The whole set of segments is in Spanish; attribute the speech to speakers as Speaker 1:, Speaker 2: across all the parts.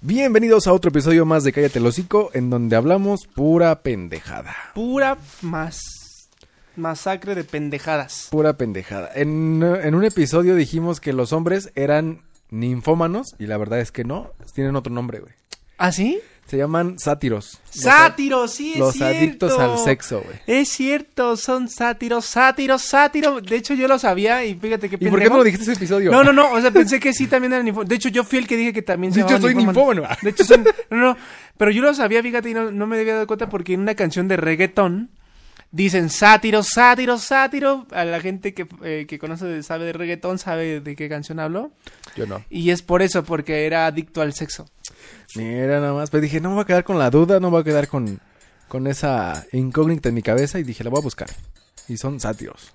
Speaker 1: Bienvenidos a otro episodio más de Cállate el Hocico, en donde hablamos pura pendejada.
Speaker 2: Pura más masacre de pendejadas.
Speaker 1: Pura pendejada. En, en un episodio dijimos que los hombres eran ninfómanos, y la verdad es que no, tienen otro nombre, güey.
Speaker 2: ¿Ah, sí?
Speaker 1: Se llaman sátiros. Los a-
Speaker 2: Sátiros, sí, es
Speaker 1: Los
Speaker 2: cierto.
Speaker 1: adictos al sexo, güey.
Speaker 2: Es cierto, son sátiros, sátiros, sátiros. De hecho, yo lo sabía y fíjate qué
Speaker 1: ¿Y por qué
Speaker 2: pendejo.
Speaker 1: no lo dijiste ese episodio?
Speaker 2: No, no, no, o sea, pensé que sí también eran ninfómanos. De hecho, yo fui el que dije que también se
Speaker 1: De hecho,
Speaker 2: llamaban
Speaker 1: soy
Speaker 2: ninfómanos.
Speaker 1: ninfómano.
Speaker 2: De hecho, son... No, no, pero yo lo sabía, fíjate, y no, no me debía dar cuenta porque en una canción de reggaetón dicen sátiro, sátiro, sátiro. A la gente que, eh, que conoce, sabe de reggaetón, sabe de qué canción hablo.
Speaker 1: Yo no.
Speaker 2: Y es por eso, porque era adicto al sexo.
Speaker 1: Mira nada más. Pero dije, no me voy a quedar con la duda, no me voy a quedar con, con esa incógnita en mi cabeza. Y dije, la voy a buscar. Y son sátiros.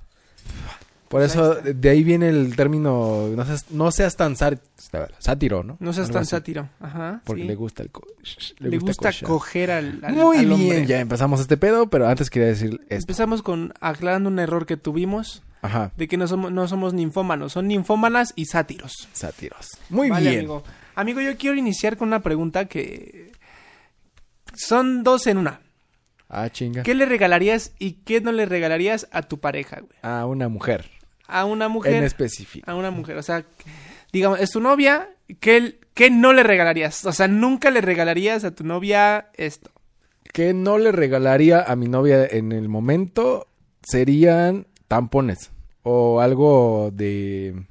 Speaker 1: Por
Speaker 2: Pues ahí
Speaker 1: eso,
Speaker 2: está.
Speaker 1: de ahí viene el término, no seas, no seas tan sar- sátiro, ¿no?
Speaker 2: No seas
Speaker 1: Algo
Speaker 2: tan
Speaker 1: así,
Speaker 2: sátiro. Ajá.
Speaker 1: Porque
Speaker 2: sí.
Speaker 1: le gusta el... co-
Speaker 2: Le gusta,
Speaker 1: cochar.
Speaker 2: coger al, al-
Speaker 1: Muy
Speaker 2: al
Speaker 1: bien,
Speaker 2: hombre.
Speaker 1: ya empezamos este pedo, pero antes quería decir esto.
Speaker 2: Empezamos con aclarando un error que tuvimos
Speaker 1: Ajá,
Speaker 2: de que no somos, no somos ninfómanos, son ninfómanas y sátiros.
Speaker 1: sátiros. Muy
Speaker 2: Vale,
Speaker 1: bien.
Speaker 2: Amigo. amigo, yo quiero iniciar con una pregunta que son dos en una.
Speaker 1: Ah, chinga.
Speaker 2: ¿Qué le regalarías y qué no le regalarías a tu pareja, güey?
Speaker 1: A una mujer,
Speaker 2: A una
Speaker 1: en
Speaker 2: mujer.
Speaker 1: específico.
Speaker 2: a una mujer, o sea, digamos, es tu novia, ¿qué, qué no le regalarías? O sea, nunca le regalarías a tu novia esto.
Speaker 1: que no le regalaría a mi novia en el momento serían tampones o algo de,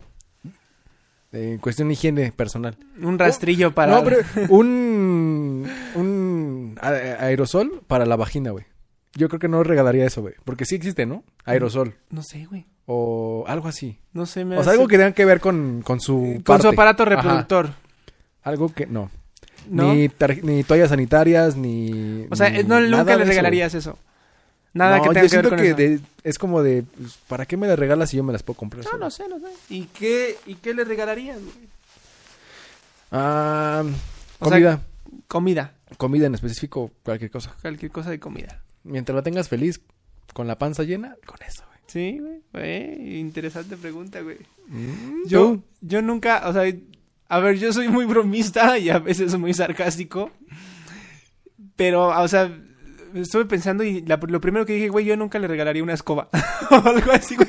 Speaker 1: de cuestión de higiene personal.
Speaker 2: Un rastrillo para...
Speaker 1: No, pero un, un a- aerosol para la vagina, güey. Yo creo que no regalaría eso, güey. Porque sí existe, ¿no? Aerosol
Speaker 2: No sé, güey.
Speaker 1: o algo así.
Speaker 2: No sé, me
Speaker 1: O sea,
Speaker 2: hace-
Speaker 1: algo que tenga que ver con, con su
Speaker 2: Con su
Speaker 1: parte.
Speaker 2: aparato
Speaker 1: Ajá.
Speaker 2: reproductor,
Speaker 1: Algo que no.
Speaker 2: ¿no?
Speaker 1: Ni, tar- ni toallas sanitarias, ni...
Speaker 2: o sea, eh,
Speaker 1: ni
Speaker 2: no,
Speaker 1: nada
Speaker 2: nunca
Speaker 1: de
Speaker 2: le
Speaker 1: eso, güey.
Speaker 2: regalarías eso. Nada
Speaker 1: No,
Speaker 2: que
Speaker 1: yo
Speaker 2: tenga que ver
Speaker 1: siento
Speaker 2: con
Speaker 1: que
Speaker 2: eso.
Speaker 1: de- es como de, pues, ¿para qué me las regalas si yo me las puedo comprar?
Speaker 2: No,
Speaker 1: solo?
Speaker 2: no sé, no sé. ¿Y qué, y qué le regalarías? güey?
Speaker 1: Ah,
Speaker 2: O sea-
Speaker 1: comida,
Speaker 2: Comida,
Speaker 1: comida en específico, cualquier cosa.
Speaker 2: cualquier cosa de comida.
Speaker 1: Mientras la tengas feliz, con la panza llena, con eso, güey.
Speaker 2: Sí, güey. Eh, interesante pregunta, güey.
Speaker 1: Mm,
Speaker 2: Yo,
Speaker 1: ¿tú?
Speaker 2: yo nunca, o sea, a ver, yo soy muy bromista y a veces muy sarcástico. Pero, o sea, estuve pensando y la- lo primero que dije, güey, yo nunca le regalaría una escoba. o algo así, güey.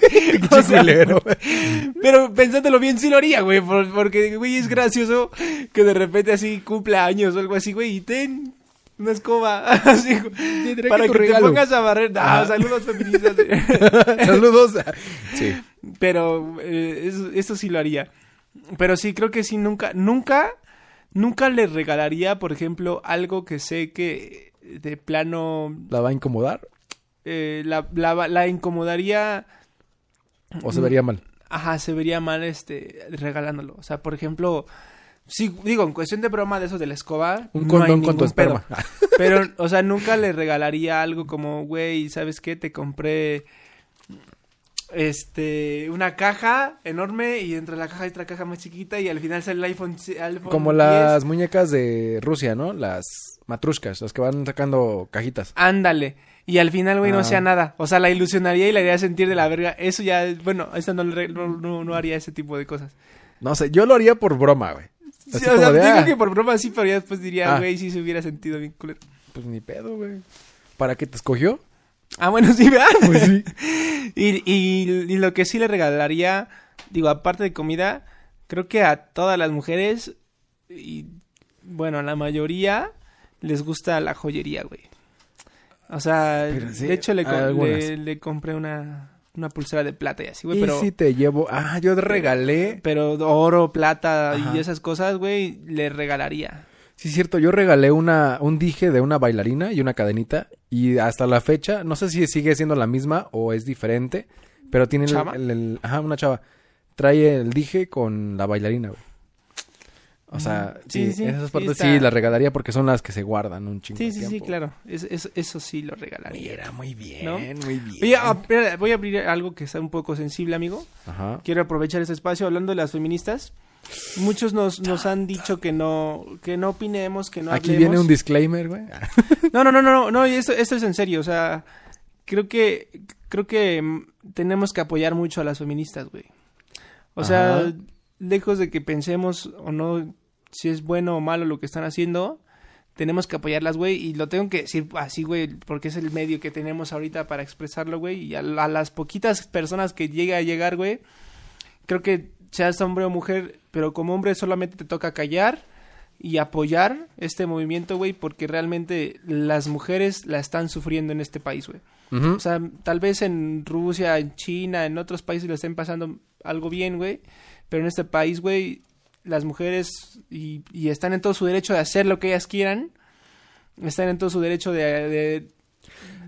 Speaker 2: O sea,
Speaker 1: Culero, güey.
Speaker 2: pero pensándolo bien, sí lo haría, güey. por- porque, güey, es gracioso que de repente así cumpla años o algo así, güey, y ten una escoba. así, güey,
Speaker 1: trae
Speaker 2: para
Speaker 1: tu
Speaker 2: que te
Speaker 1: regalo.
Speaker 2: pongas a barrer. No,
Speaker 1: Ajá.
Speaker 2: saludos feministas.
Speaker 1: Saludos. Sí.
Speaker 2: Pero eh, eso, eso sí lo haría. Pero sí, creo que sí, nunca, nunca, nunca le regalaría, por ejemplo, algo que sé que eh, de plano
Speaker 1: ¿La va a incomodar
Speaker 2: eh, la, la, va- la incomodaría.
Speaker 1: o
Speaker 2: Mm,
Speaker 1: se vería mal?
Speaker 2: Ajá, se vería mal este regalándolo. O sea, por ejemplo, sí, digo, en cuestión de broma de esos de la escoba.
Speaker 1: Un
Speaker 2: no
Speaker 1: condón con
Speaker 2: hay
Speaker 1: tu
Speaker 2: ningún pedo.
Speaker 1: esperma.
Speaker 2: Pero, o sea, nunca le regalaría algo como, güey, ¿sabes qué? Te compré este una caja enorme y entre la caja hay otra caja más chiquita y al final sale el iPhone, si- iPhone
Speaker 1: Como
Speaker 2: 10.
Speaker 1: las muñecas de Rusia, ¿no? Las matrushkas, las que van sacando cajitas.
Speaker 2: Ándale. Y al final, güey,
Speaker 1: Ah.
Speaker 2: no sea nada. O sea, la ilusionaría y la haría sentir de la verga. Eso ya, bueno, eso no, le re- no, no- no haría ese tipo de cosas.
Speaker 1: No sé, yo lo haría por broma, güey.
Speaker 2: Sí,
Speaker 1: Así
Speaker 2: o sea,
Speaker 1: como de,
Speaker 2: digo
Speaker 1: "Ah".
Speaker 2: que por broma sí, pero ya después diría,
Speaker 1: Ah.
Speaker 2: güey, sí se hubiera sentido bien culero.
Speaker 1: Pues ni pedo, güey. ¿Para qué te escogió?
Speaker 2: Ah, bueno, sí, ¿verdad?
Speaker 1: Pues sí.
Speaker 2: Y, y, y lo que sí le regalaría, digo, aparte de comida, creo que a todas las mujeres, y bueno, a la mayoría les gusta la joyería, güey. O sea,
Speaker 1: Pero sí,
Speaker 2: de hecho le, com-
Speaker 1: a algunas.
Speaker 2: le, le compré una, una pulsera de plata y así, güey,
Speaker 1: Y
Speaker 2: pero,
Speaker 1: si te llevo... Ah, yo te regalé...
Speaker 2: pero oro, plata
Speaker 1: Ajá.
Speaker 2: y esas cosas, güey, le regalaría.
Speaker 1: Sí, es cierto, yo regalé una, un dije de una bailarina y una cadenita. Y hasta la fecha, no sé si sigue siendo la misma o es diferente, pero tiene el-
Speaker 2: ¿Chava?
Speaker 1: el- el- ajá, una chava. Trae el dije con la bailarina, güey. O sea,
Speaker 2: Mm,
Speaker 1: sí,
Speaker 2: sí, sí,
Speaker 1: esas
Speaker 2: sí
Speaker 1: partes
Speaker 2: está.
Speaker 1: sí las regalaría porque son las que se guardan un chingo
Speaker 2: Sí,
Speaker 1: de
Speaker 2: sí, sí,
Speaker 1: tiempo.
Speaker 2: claro. Es- es- eso sí lo regalaría.
Speaker 1: Mira, muy bien,
Speaker 2: ¿No?
Speaker 1: muy bien.
Speaker 2: Oye, ah, a- espera, voy a abrir algo que está un poco sensible, amigo.
Speaker 1: Ajá.
Speaker 2: quiero aprovechar este espacio hablando de las feministas. Muchos nos, nos han dicho que no, que no opinemos, que no hablemos. Ah.
Speaker 1: Aquí viene un disclaimer, güey.
Speaker 2: No, no, no, no, no, no, y esto, esto es en serio, o sea, creo que, creo que mm, tenemos que apoyar mucho a las feministas, güey. O sea,
Speaker 1: Ajá.
Speaker 2: lejos de que pensemos o no si es bueno o malo lo que están haciendo, tenemos que apoyarlas, güey, y lo tengo que decir así, güey, porque es el medio que tenemos ahorita para expresarlo, güey, y a, a las poquitas personas que llegue a llegar, güey, creo que seas hombre o mujer, pero como hombre solamente te toca callar y apoyar este movimiento, güey, porque realmente las mujeres la están sufriendo en este país, güey.
Speaker 1: Ujú.
Speaker 2: O sea, tal vez en Rusia, en China, en otros países le estén pasando algo bien, güey. Pero en este país, güey, las mujeres y, y están en todo su derecho de hacer lo que ellas quieran. Están en todo su derecho de... de-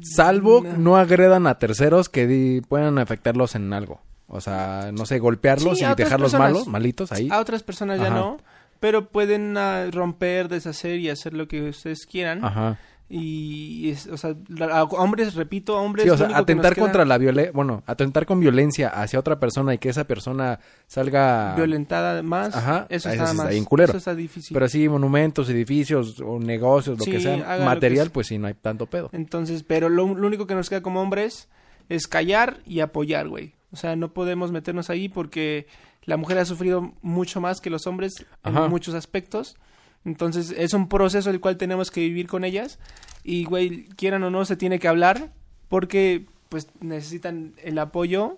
Speaker 1: Salvo
Speaker 2: No.
Speaker 1: no agredan a terceros que di- puedan afectarlos en algo. O sea, no sé, golpearlos
Speaker 2: Sí, a
Speaker 1: y
Speaker 2: otras
Speaker 1: dejarlos
Speaker 2: personas.
Speaker 1: malos, malitos ahí.
Speaker 2: a otras personas ya
Speaker 1: Ajá.
Speaker 2: no. Pero pueden ah, romper, deshacer y hacer lo que ustedes quieran.
Speaker 1: Ajá.
Speaker 2: Y, es- o sea, la- a hombres, repito, hombres...
Speaker 1: Sí, o
Speaker 2: lo
Speaker 1: sea,
Speaker 2: único que
Speaker 1: atentar
Speaker 2: nos queda-
Speaker 1: contra la violencia, bueno, atentar con violencia hacia otra persona y que esa persona salga...
Speaker 2: Violentada más.
Speaker 1: Ajá, eso
Speaker 2: Eso está
Speaker 1: sí está
Speaker 2: más.
Speaker 1: bien culero.
Speaker 2: Eso está difícil.
Speaker 1: Pero sí, monumentos, edificios o negocios, lo
Speaker 2: Sí,
Speaker 1: que
Speaker 2: haga
Speaker 1: sea,
Speaker 2: lo que
Speaker 1: material,
Speaker 2: sea.
Speaker 1: pues sí, no hay tanto pedo.
Speaker 2: Entonces, pero lo, lo único que nos queda como hombres es callar y apoyar, güey. O sea, no podemos meternos ahí porque la mujer ha sufrido mucho más que los hombres
Speaker 1: Ajá.
Speaker 2: en muchos aspectos. Entonces, es un proceso el cual tenemos que vivir con ellas. Y, güey, quieran o no, se tiene que hablar porque, pues, necesitan el apoyo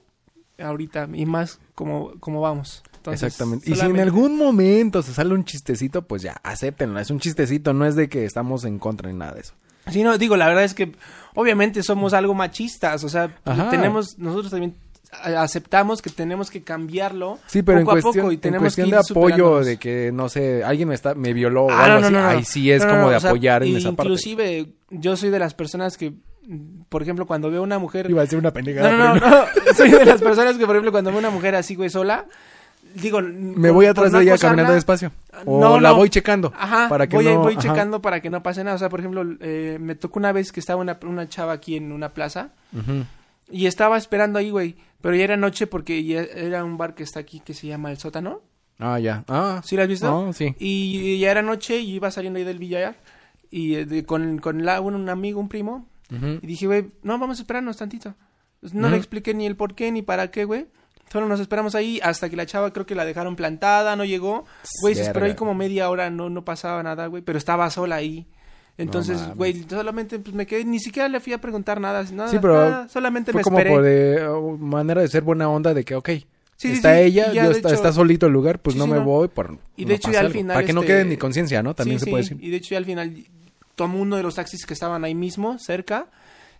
Speaker 2: ahorita y más como, como vamos. Entonces,
Speaker 1: Exactamente. Y si en
Speaker 2: solamente-
Speaker 1: algún momento se sale un chistecito, pues ya, acéptenlo. Es un chistecito, no es de que estamos en contra ni nada de eso.
Speaker 2: Sí, no, digo, la verdad es que obviamente somos algo machistas, o sea,
Speaker 1: Ajá.
Speaker 2: tenemos, nosotros también a- aceptamos que tenemos que cambiarlo
Speaker 1: Sí, pero
Speaker 2: poco
Speaker 1: en cuestión,
Speaker 2: a poco y
Speaker 1: en
Speaker 2: tenemos que
Speaker 1: cuestión
Speaker 2: ir
Speaker 1: de apoyo,
Speaker 2: superándonos.
Speaker 1: de que, no sé, alguien me, está, me violó o
Speaker 2: Ah,
Speaker 1: algo
Speaker 2: no,
Speaker 1: así,
Speaker 2: no, no, no.
Speaker 1: ahí sí es
Speaker 2: No, no,
Speaker 1: como
Speaker 2: no,
Speaker 1: de
Speaker 2: o sea,
Speaker 1: apoyar en esa parte.
Speaker 2: Inclusive, yo soy de las personas que, mm, por ejemplo, cuando veo una mujer...
Speaker 1: Iba a ser una pendejada.
Speaker 2: No, no, no,
Speaker 1: pero
Speaker 2: no, soy de las personas que, por ejemplo, cuando veo una mujer así, güey, sola, digo...
Speaker 1: Me voy atrás de ella caminando despacio. O
Speaker 2: no,
Speaker 1: la
Speaker 2: no.
Speaker 1: voy checando.
Speaker 2: Ajá,
Speaker 1: para que
Speaker 2: voy,
Speaker 1: no-
Speaker 2: voy
Speaker 1: ajá.
Speaker 2: checando para que no pase nada. O sea, por ejemplo, eh, me tocó una vez que estaba una, una chava aquí en una plaza
Speaker 1: Ujú.
Speaker 2: y estaba esperando ahí, güey. Pero ya era noche porque ya era un bar que está aquí que se llama El Sótano.
Speaker 1: Ah, ya. Ah,
Speaker 2: ¿Sí lo has visto?
Speaker 1: no, sí.
Speaker 2: Y ya era noche y iba saliendo ahí del billar y eh, de- con, con la- un, un amigo, un primo.
Speaker 1: Ujú.
Speaker 2: Y dije, güey, no, vamos a esperarnos tantito. Pues, No le
Speaker 1: Ujú.
Speaker 2: expliqué ni el por qué ni para qué, güey. Solo nos esperamos ahí hasta que la chava creo que la dejaron plantada, no llegó. Güey, se esperó ahí
Speaker 1: Verga.
Speaker 2: como media hora, no, no pasaba nada, güey, pero estaba sola ahí. Entonces,
Speaker 1: mames.
Speaker 2: güey, solamente pues, me quedé, ni siquiera le fui a preguntar nada, nada,
Speaker 1: Sí, pero
Speaker 2: nada, solamente
Speaker 1: Fue
Speaker 2: me
Speaker 1: como
Speaker 2: esperé.
Speaker 1: por eh, oh, manera de ser buena onda de que, ok,
Speaker 2: Sí, sí,
Speaker 1: está
Speaker 2: sí,
Speaker 1: ella,
Speaker 2: y ya,
Speaker 1: yo
Speaker 2: de
Speaker 1: está,
Speaker 2: hecho-
Speaker 1: está solito el lugar, pues
Speaker 2: Sí,
Speaker 1: no
Speaker 2: sí,
Speaker 1: me
Speaker 2: no.
Speaker 1: voy por
Speaker 2: Y de
Speaker 1: no
Speaker 2: hecho,
Speaker 1: pasa
Speaker 2: ya al
Speaker 1: algo.
Speaker 2: final,
Speaker 1: Para que no
Speaker 2: este-
Speaker 1: quede ni conciencia, ¿no? También
Speaker 2: Sí,
Speaker 1: se puede
Speaker 2: sí,
Speaker 1: decir.
Speaker 2: Y de hecho, ya al final tomó uno de los taxis que estaban ahí mismo, cerca,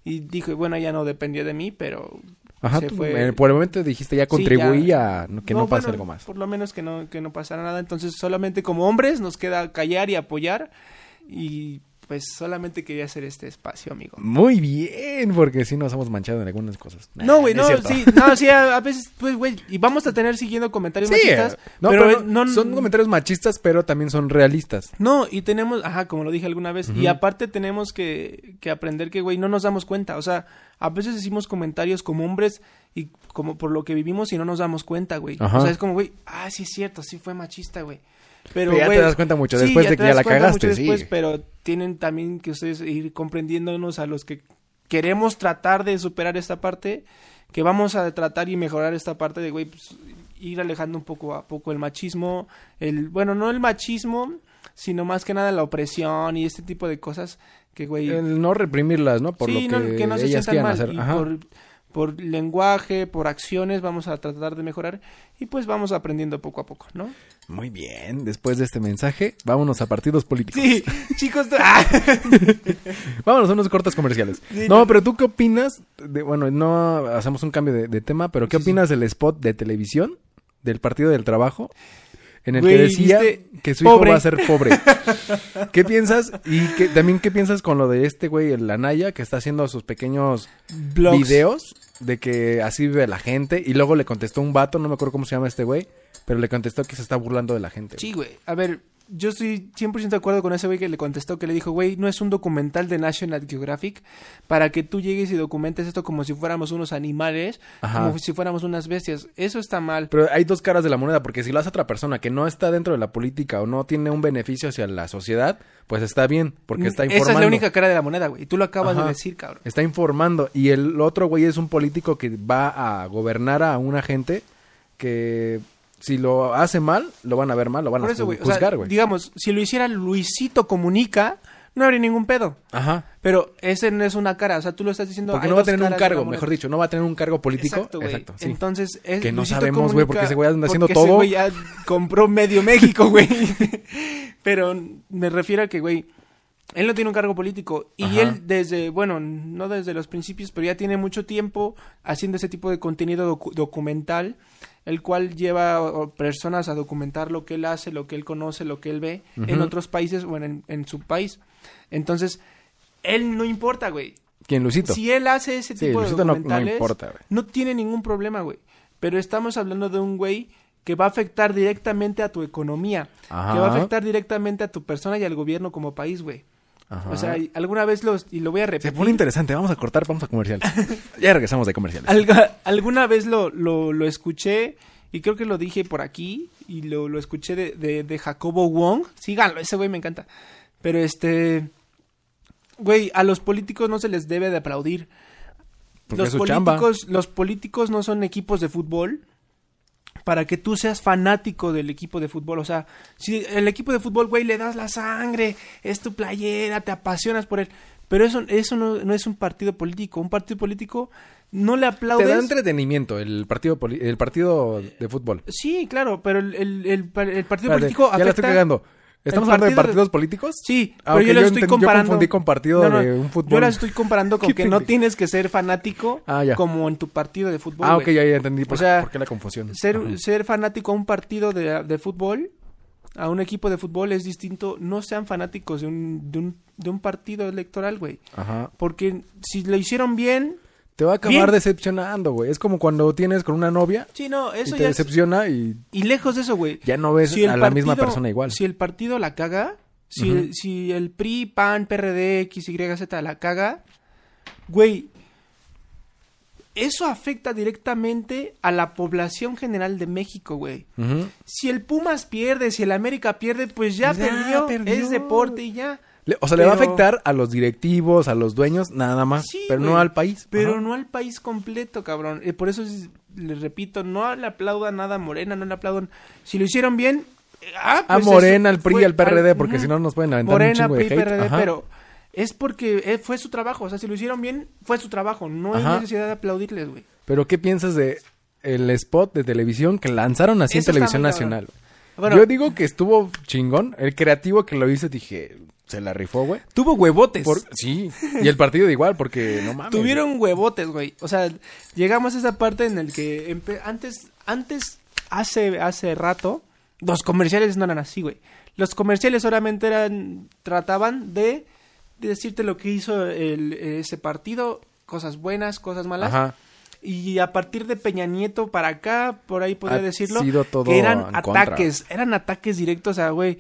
Speaker 2: y dije, bueno, ya no dependió de mí, pero
Speaker 1: Ajá,
Speaker 2: se
Speaker 1: tú,
Speaker 2: fue-
Speaker 1: eh, por el momento dijiste, ya contribuí
Speaker 2: ya.
Speaker 1: a no- que no, pase
Speaker 2: bueno,
Speaker 1: algo más.
Speaker 2: Por lo menos que no, que no pasara nada. Entonces, solamente como hombres nos queda callar y apoyar. Y pues solamente quería hacer este espacio, amigo.
Speaker 1: Muy bien, porque sí nos hemos manchado en algunas cosas. Nah,
Speaker 2: No, güey,
Speaker 1: es
Speaker 2: no,
Speaker 1: cierto.
Speaker 2: sí, no, sí, a, a veces, pues, güey, y vamos a tener siguiendo comentarios
Speaker 1: Sí,
Speaker 2: machistas,
Speaker 1: eh, no, pero,
Speaker 2: pero, eh,
Speaker 1: no-
Speaker 2: no,
Speaker 1: son comentarios machistas, pero también son realistas.
Speaker 2: no, y tenemos, ajá, como lo dije alguna vez, y aparte tenemos que, que aprender que, güey, no nos damos cuenta, o sea, a veces decimos comentarios como hombres y como por lo que vivimos y no nos damos cuenta, güey,
Speaker 1: Ajá.
Speaker 2: o sea, es como, güey, ah, sí es cierto, sí fue machista, güey,
Speaker 1: Pero
Speaker 2: pero,
Speaker 1: ya te
Speaker 2: güey,
Speaker 1: das cuenta mucho después de
Speaker 2: te
Speaker 1: que ya
Speaker 2: das
Speaker 1: la
Speaker 2: cuenta
Speaker 1: cagaste,
Speaker 2: mucho después,
Speaker 1: sí.
Speaker 2: Pero tienen también que ustedes ir comprendiéndonos a los que queremos tratar de superar esta parte, que vamos a tratar y mejorar esta parte de, güey, pues, ir alejando un poco a poco el machismo, el, bueno, no el machismo, sino más que nada la opresión y este tipo de cosas que, güey,
Speaker 1: El no reprimirlas, ¿no? Por
Speaker 2: sí,
Speaker 1: lo que,
Speaker 2: no, que no se
Speaker 1: ellas
Speaker 2: sientan
Speaker 1: quieran
Speaker 2: mal.
Speaker 1: hacer.
Speaker 2: y
Speaker 1: Ajá.
Speaker 2: por, por lenguaje, por acciones, vamos a tratar de mejorar y pues vamos aprendiendo poco a poco, ¿no?
Speaker 1: Muy bien, después de este mensaje, vámonos a partidos políticos.
Speaker 2: Sí, chicos, ¡ah!
Speaker 1: Vámonos a unos cortes comerciales.
Speaker 2: Sí,
Speaker 1: no,
Speaker 2: no.
Speaker 1: pero tú qué opinas, de- bueno, no hacemos un cambio de, de tema, pero ¿qué
Speaker 2: Sí, sí.
Speaker 1: opinas del spot de televisión del Partido del Trabajo? En el que
Speaker 2: Güey,
Speaker 1: decía
Speaker 2: ¿viste?
Speaker 1: que su hijo
Speaker 2: Pobre.
Speaker 1: va a ser pobre. ¿Qué piensas? Y que, también qué piensas con lo de este güey, el Anaya, que está haciendo sus pequeños
Speaker 2: Blogs.
Speaker 1: videos de que así vive la gente. Y luego le contestó un vato, no me acuerdo cómo se llama este güey, pero le contestó que se está burlando de la gente.
Speaker 2: Sí, güey. A ver, yo estoy 100% de acuerdo con ese güey que le contestó, que le dijo, güey, no es un documental de National Geographic para que tú llegues y documentes esto como si fuéramos unos animales,
Speaker 1: Ajá.
Speaker 2: como si fuéramos unas bestias. Eso está mal.
Speaker 1: Pero hay dos caras de la moneda, porque si lo hace otra persona que no está dentro de la política o no tiene un beneficio hacia la sociedad, pues está bien, porque está informando.
Speaker 2: Mm, Esa es la única cara de la moneda, güey. Y Tú lo acabas
Speaker 1: Ajá.
Speaker 2: de decir, cabrón.
Speaker 1: Está informando. Y el otro güey es un político que va a gobernar a una gente que si lo hace mal, lo van a ver mal, lo van
Speaker 2: Por
Speaker 1: a
Speaker 2: eso, güey. o sea,
Speaker 1: juzgar, güey.
Speaker 2: digamos, si lo hiciera Luisito Comunica, no habría ningún pedo.
Speaker 1: Ajá.
Speaker 2: Pero ese no es una cara, o sea, tú lo estás diciendo.
Speaker 1: Porque
Speaker 2: hay
Speaker 1: no va a
Speaker 2: dos
Speaker 1: tener un
Speaker 2: caras de la
Speaker 1: cargo,
Speaker 2: moneda.
Speaker 1: mejor dicho, no va a tener un cargo político.
Speaker 2: Exacto,
Speaker 1: Exacto, sí.
Speaker 2: güey. Entonces es
Speaker 1: Que no
Speaker 2: Luisito
Speaker 1: sabemos, güey, porque
Speaker 2: Comunica-
Speaker 1: ese güey anda haciendo
Speaker 2: porque ese
Speaker 1: todo.
Speaker 2: güey ya compró medio México, güey. Pero me refiero a que, güey, él no tiene un cargo político y
Speaker 1: Ajá.
Speaker 2: él desde, bueno, no desde los principios, pero ya tiene mucho tiempo haciendo ese tipo de contenido docu- documental, el cual lleva o, personas a documentar lo que él hace, lo que él conoce, lo que él ve en
Speaker 1: Ujú.
Speaker 2: otros países o en, en su país. Entonces, él no importa, güey.
Speaker 1: ¿Quién, Luisito?
Speaker 2: Si él hace ese
Speaker 1: Sí,
Speaker 2: tipo de
Speaker 1: Luisito no- no
Speaker 2: documentales, no,
Speaker 1: importa, güey.
Speaker 2: tiene ningún problema, güey. Pero estamos hablando de un güey que va a afectar directamente a tu economía,
Speaker 1: Ajá.
Speaker 2: que va a afectar directamente a tu persona y al gobierno como país, güey.
Speaker 1: Ajá.
Speaker 2: O sea, y- alguna vez los y lo voy a
Speaker 1: se
Speaker 2: repetir.
Speaker 1: pone interesante. Vamos a cortar, vamos a comerciales. ya regresamos de comerciales.
Speaker 2: Alga- alguna vez lo, lo, lo escuché y creo que lo dije por aquí y lo, lo escuché de, de, de Jacobo Wong. Síganlo, ese güey me encanta. Pero este... Güey, a los políticos no se les debe de aplaudir.
Speaker 1: Porque
Speaker 2: los
Speaker 1: es su chamba.
Speaker 2: políticos, los políticos no son equipos de fútbol para que tú seas fanático del equipo de fútbol. O sea, si el equipo de fútbol, güey, le das la sangre, es tu playera, te apasionas por él. Pero eso, eso no, no es un partido político. Un partido político no le
Speaker 1: Te da
Speaker 2: aplaudes.
Speaker 1: entretenimiento el partido, poli- el partido de fútbol.
Speaker 2: Sí, claro, pero el, el- el par- el partido
Speaker 1: Espérate,
Speaker 2: político
Speaker 1: ya la estoy
Speaker 2: afecta-
Speaker 1: cagando. ¿Estamos hablando de
Speaker 2: partido de-
Speaker 1: partidos políticos?
Speaker 2: Sí,
Speaker 1: Ah,
Speaker 2: pero
Speaker 1: ok,
Speaker 2: yo la
Speaker 1: yo
Speaker 2: estoy
Speaker 1: enten- yo
Speaker 2: comparando.
Speaker 1: confundí con partido de un fútbol.
Speaker 2: Yo la estoy comparando con
Speaker 1: Qué
Speaker 2: que no
Speaker 1: pendejo.
Speaker 2: tienes que ser fanático
Speaker 1: Ah, ya.
Speaker 2: como en tu partido de fútbol.
Speaker 1: Ah, ok,
Speaker 2: güey.
Speaker 1: ya, ya entendí. Por,
Speaker 2: O sea,
Speaker 1: por qué la confusión? Ajá.
Speaker 2: ser, ser fanático a un partido de, de fútbol, a un equipo de fútbol es distinto. No sean fanáticos de un, de un, de un partido electoral, güey.
Speaker 1: Ajá.
Speaker 2: Porque si lo hicieron bien,
Speaker 1: Te va a acabar
Speaker 2: Bien.
Speaker 1: decepcionando, güey. Es como cuando tienes con una novia
Speaker 2: sí, no, eso
Speaker 1: y te
Speaker 2: ya es-
Speaker 1: decepciona y
Speaker 2: Y lejos de eso, güey.
Speaker 1: ya no ves
Speaker 2: Si el
Speaker 1: a la misma
Speaker 2: partido-
Speaker 1: persona igual.
Speaker 2: Si el partido la caga, si,
Speaker 1: Ujú.
Speaker 2: el, si el PRI, PAN, PRD, XYZ la caga, güey, eso afecta directamente a la población general de México, güey.
Speaker 1: Ujú.
Speaker 2: Si el Pumas pierde, si el América pierde, pues ya,
Speaker 1: Ya
Speaker 2: perdió,
Speaker 1: perdió.
Speaker 2: Es deporte y ya.
Speaker 1: Le- o sea, le va a
Speaker 2: Pero-
Speaker 1: afectar a los directivos, a los dueños, nada más,
Speaker 2: Sí,
Speaker 1: pero no
Speaker 2: güey,
Speaker 1: al país.
Speaker 2: Pero
Speaker 1: Ajá.
Speaker 2: no al país completo, cabrón. Eh, por eso es- les repito, no le aplaudan nada a Morena, no le aplaudan. Si lo hicieron bien, eh, ah,
Speaker 1: A
Speaker 2: pues
Speaker 1: Morena,
Speaker 2: eso
Speaker 1: al PRI
Speaker 2: fue-
Speaker 1: y al PRD, porque
Speaker 2: ujú.
Speaker 1: si no nos pueden aventar un
Speaker 2: Morena,
Speaker 1: chingo de
Speaker 2: PRI,
Speaker 1: hate.
Speaker 2: PRD,
Speaker 1: Ajá.
Speaker 2: pero es porque eh, fue su trabajo. O sea, si lo hicieron bien, fue su trabajo. No hay
Speaker 1: Ajá.
Speaker 2: necesidad de aplaudirles, güey.
Speaker 1: Pero, ¿qué piensas de el spot de televisión que lanzaron así en
Speaker 2: Eso está
Speaker 1: Televisión
Speaker 2: muy
Speaker 1: Nacional?
Speaker 2: cabrón. Bueno,
Speaker 1: Yo digo que estuvo chingón. El creativo que lo hizo, dije, se la rifó, güey.
Speaker 2: tuvo huevotes.
Speaker 1: Por- sí, y el partido de igual, porque no mames.
Speaker 2: Tuvieron huevotes, güey. O sea, llegamos a esa parte en el que empe- antes, antes, hace, hace rato, los comerciales no eran así, güey. Los comerciales solamente eran, trataban de, de decirte lo que hizo el- ese partido, cosas buenas, cosas malas.
Speaker 1: Ajá.
Speaker 2: Y a partir de Peña Nieto para acá, por ahí podría
Speaker 1: Ha
Speaker 2: decirlo,
Speaker 1: sido todo
Speaker 2: que eran
Speaker 1: en contra.
Speaker 2: ataques, eran ataques directos a, güey,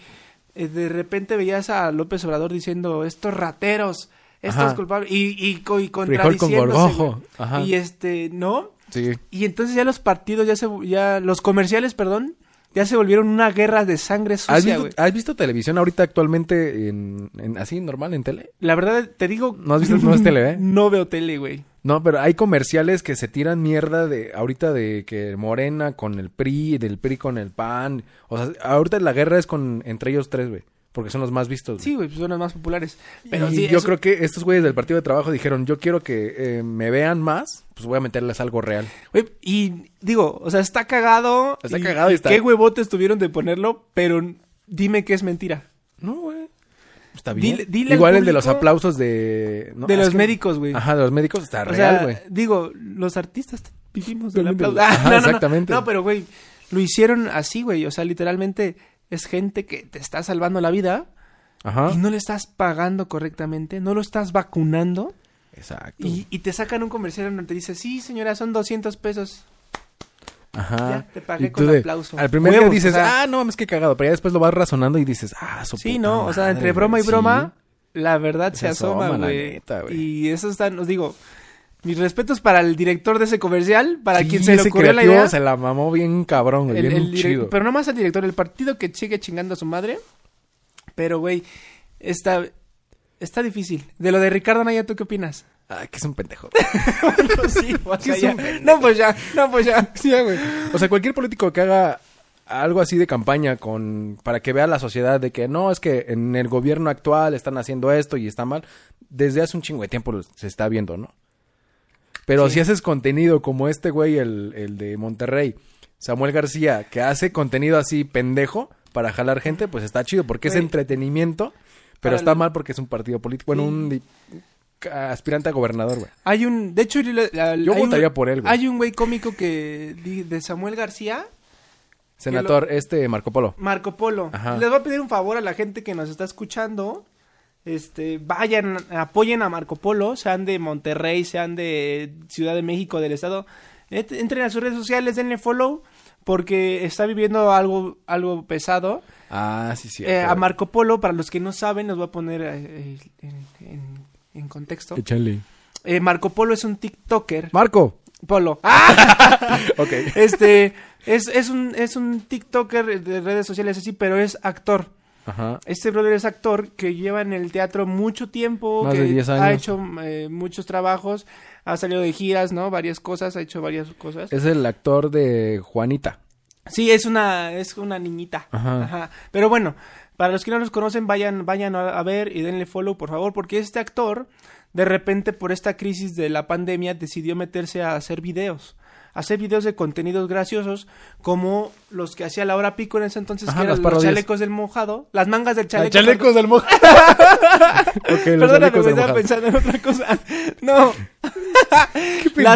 Speaker 2: eh, de repente veías a López Obrador diciendo, estos rateros, estos
Speaker 1: Ajá.
Speaker 2: culpables, y, y, co- y
Speaker 1: con
Speaker 2: contradiciéndose,
Speaker 1: gorgojo.
Speaker 2: güey.
Speaker 1: Ajá.
Speaker 2: Y este, ¿no?
Speaker 1: Sí.
Speaker 2: Y entonces ya los partidos, ya se, ya los comerciales, perdón, ya se volvieron una guerra de sangre
Speaker 1: ¿Has
Speaker 2: sucia,
Speaker 1: visto,
Speaker 2: güey.
Speaker 1: has visto televisión ahorita actualmente en, en- así, normal, en tele?
Speaker 2: La verdad, te digo...
Speaker 1: ¿No has visto- no ves tele, eh?
Speaker 2: No veo tele, güey.
Speaker 1: No, pero hay comerciales que se tiran mierda de ahorita de que Morena con el PRI, del PRI con el PAN. O sea, ahorita la guerra es con entre ellos tres, güey. Porque son los más vistos.
Speaker 2: Sí, güey, pues son los más populares. Pero
Speaker 1: y
Speaker 2: sí,
Speaker 1: yo
Speaker 2: eso-
Speaker 1: creo que estos güeyes del partido de trabajo dijeron, yo quiero que eh, me vean más, pues voy a meterles algo real.
Speaker 2: Güey, y digo, o sea, está cagado.
Speaker 1: Está cagado y está-
Speaker 2: Qué huevotes tuvieron de ponerlo, pero dime que es mentira.
Speaker 1: No, güey. Está bien.
Speaker 2: Dile- dile al
Speaker 1: Igual el de los
Speaker 2: público-
Speaker 1: aplausos de... no, Ah,
Speaker 2: de
Speaker 1: es
Speaker 2: los
Speaker 1: que-
Speaker 2: médicos, güey.
Speaker 1: Ajá, de los médicos está
Speaker 2: o
Speaker 1: real,
Speaker 2: sea,
Speaker 1: güey.
Speaker 2: digo, los artistas vivimos del
Speaker 1: También
Speaker 2: aplauso.
Speaker 1: del-
Speaker 2: Ah,
Speaker 1: Ajá,
Speaker 2: no, no, no.
Speaker 1: exactamente.
Speaker 2: No, pero güey, lo hicieron así, güey. O sea, literalmente es gente que te está salvando la vida
Speaker 1: Ajá.
Speaker 2: y no le estás pagando correctamente, no lo estás vacunando
Speaker 1: Exacto.
Speaker 2: y, y te sacan un comercial donde te dice, sí, señora, son 200 pesos.
Speaker 1: Ajá.
Speaker 2: Ya, te pagué
Speaker 1: Y
Speaker 2: con
Speaker 1: tú de-
Speaker 2: aplauso.
Speaker 1: Al primer día
Speaker 2: Huevos,
Speaker 1: dices,
Speaker 2: o sea-
Speaker 1: ah, no mames, qué cagado. Pero ya después lo vas razonando y dices, ah, su
Speaker 2: Sí,
Speaker 1: puta
Speaker 2: no, o sea,
Speaker 1: madre,
Speaker 2: entre broma y
Speaker 1: güey,
Speaker 2: broma,
Speaker 1: sí.
Speaker 2: la verdad
Speaker 1: Se
Speaker 2: se, asoma,
Speaker 1: asoma, la
Speaker 2: güey.
Speaker 1: neta, güey.
Speaker 2: Y eso está, os digo, mis respetos para el director de ese comercial, para
Speaker 1: Sí,
Speaker 2: quien se le
Speaker 1: ese
Speaker 2: ocurrió la
Speaker 1: creativo
Speaker 2: idea.
Speaker 1: se la mamó bien cabrón, güey,
Speaker 2: el-
Speaker 1: bien
Speaker 2: el direc-
Speaker 1: chido.
Speaker 2: pero no más al director, el partido que sigue chingando a su madre. Pero, güey, está, está difícil. De lo de Ricardo Anaya, ¿tú qué opinas?
Speaker 1: Ah, que es un pendejo.
Speaker 2: sí, o
Speaker 1: Que
Speaker 2: sea,
Speaker 1: es
Speaker 2: ya.
Speaker 1: un
Speaker 2: No, pues ya, no, pues ya.
Speaker 1: Sí, güey. O sea, cualquier político que haga algo así de campaña con para que vea la sociedad de que no, es que en el gobierno actual están haciendo esto y está mal. Desde hace un chingo de tiempo se está viendo, ¿no? Pero
Speaker 2: Sí.
Speaker 1: si haces contenido como este güey, el, el de Monterrey, Samuel García, que hace contenido así pendejo para jalar gente, pues está chido porque es
Speaker 2: Güey.
Speaker 1: entretenimiento, pero
Speaker 2: Para
Speaker 1: está
Speaker 2: el-
Speaker 1: mal porque es un partido político. Bueno, un di- aspirante a gobernador, güey.
Speaker 2: Hay un. De hecho, la- la-
Speaker 1: Yo
Speaker 2: hay un-
Speaker 1: votaría por él, güey.
Speaker 2: Hay un güey cómico que. di- de Samuel García.
Speaker 1: Senador, este Marco Polo.
Speaker 2: Marco Polo.
Speaker 1: Ajá.
Speaker 2: Les voy a pedir un favor a la gente que nos está escuchando. Este, vayan, apoyen a Marco Polo, sean de Monterrey, sean de Ciudad de México, del estado. Et- Entren a sus redes sociales, denle follow, porque está viviendo algo, algo pesado.
Speaker 1: Ah, sí, sí.
Speaker 2: Eh, a Marco Polo, para los que no saben, los voy a poner eh, en, en- en contexto.
Speaker 1: Échale.
Speaker 2: Eh, Marco Polo es un TikToker.
Speaker 1: Marco.
Speaker 2: Polo. ¡Ah!
Speaker 1: Ok.
Speaker 2: Este, es, es un, es un TikToker de redes sociales así, pero es actor.
Speaker 1: Ajá.
Speaker 2: Este brother es actor que lleva en el teatro mucho tiempo,
Speaker 1: Más
Speaker 2: que
Speaker 1: de 10
Speaker 2: ha
Speaker 1: años.
Speaker 2: hecho eh, muchos trabajos, ha salido de giras, ¿no? Varias cosas, ha hecho varias cosas.
Speaker 1: Es el actor de Juanita.
Speaker 2: Sí, es una es una niñita.
Speaker 1: Ajá.
Speaker 2: Pero bueno, para los que no nos conocen, vayan vayan a, a ver y denle follow, por favor, porque este actor de repente por esta crisis de la pandemia decidió meterse a hacer videos. a Hacer videos de contenidos graciosos como los que hacía la hora pico en ese entonces,
Speaker 1: Ajá,
Speaker 2: que
Speaker 1: las
Speaker 2: eran los
Speaker 1: parodias.
Speaker 2: chalecos del mojado, las mangas del chaleco.
Speaker 1: del mojado. ok, los
Speaker 2: Perdóname,
Speaker 1: chalecos
Speaker 2: güey,
Speaker 1: del
Speaker 2: estaba
Speaker 1: mojado.
Speaker 2: pensando en otra cosa. No. Las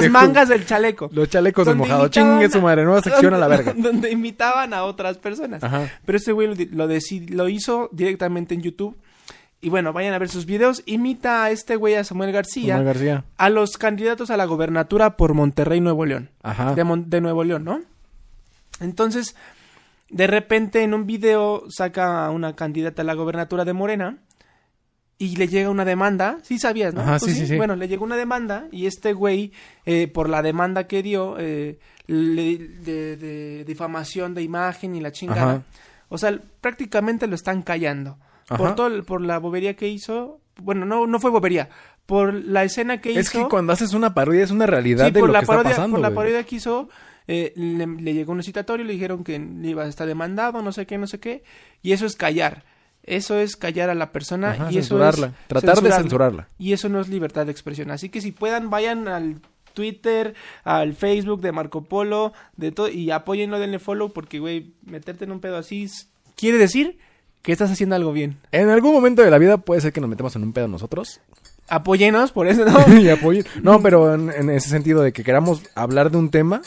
Speaker 1: pendejo.
Speaker 2: mangas del chaleco.
Speaker 1: Los chalecos del
Speaker 2: Donde
Speaker 1: mojado.
Speaker 2: imitaban
Speaker 1: Chingue su madre. Nueva sección a la
Speaker 2: donde-
Speaker 1: verga.
Speaker 2: Donde imitaban a otras personas.
Speaker 1: Ajá.
Speaker 2: Pero este güey lo, di- lo deci- lo hizo directamente en YouTube. Y bueno, vayan a ver sus videos. Imita a este güey, a Samuel García,
Speaker 1: Omar García.
Speaker 2: a los candidatos a la gobernatura por Monterrey, Nuevo León.
Speaker 1: Ajá.
Speaker 2: De, Mon- de Nuevo León, ¿no? Entonces, de repente en un video saca a una candidata a la gobernatura de Morena y le llega una demanda. Sí sabías, ¿no?
Speaker 1: Ajá,
Speaker 2: Tú
Speaker 1: sí, sí, sí.
Speaker 2: Bueno, le llegó una demanda y este güey, eh, por la demanda que dio, eh, le- de, de difamación de imagen y la chingada.
Speaker 1: Ajá.
Speaker 2: O sea, prácticamente lo están callando. Por
Speaker 1: Ajá.
Speaker 2: todo, el- por la bobería que hizo. Bueno, no, no fue bobería. Por la escena que hizo.
Speaker 1: Es que cuando haces una parodia es una realidad
Speaker 2: Sí,
Speaker 1: de
Speaker 2: por
Speaker 1: lo
Speaker 2: la
Speaker 1: que
Speaker 2: parodia,
Speaker 1: está pasando.
Speaker 2: por la
Speaker 1: güey.
Speaker 2: parodia que hizo, eh, le, le llegó un citatorio, le dijeron que iba a estar demandado, no sé qué, no sé qué. Y eso es callar. Eso es callar a la persona
Speaker 1: Ajá,
Speaker 2: y eso
Speaker 1: censurarla.
Speaker 2: es
Speaker 1: Tratar de
Speaker 2: censurarla.
Speaker 1: censurarla.
Speaker 2: Y eso no es libertad de expresión. Así que si puedan, vayan al Twitter, al Facebook de Marco Polo, de todo, y apóyenlo, denle follow, porque, güey, meterte en un pedo así es- quiere decir que estás haciendo algo bien.
Speaker 1: En algún momento de la vida puede ser que nos metamos en un pedo nosotros.
Speaker 2: Apóyenos, por eso, ¿no?
Speaker 1: y apoyen. No, pero en, en ese sentido de que queramos hablar de un tema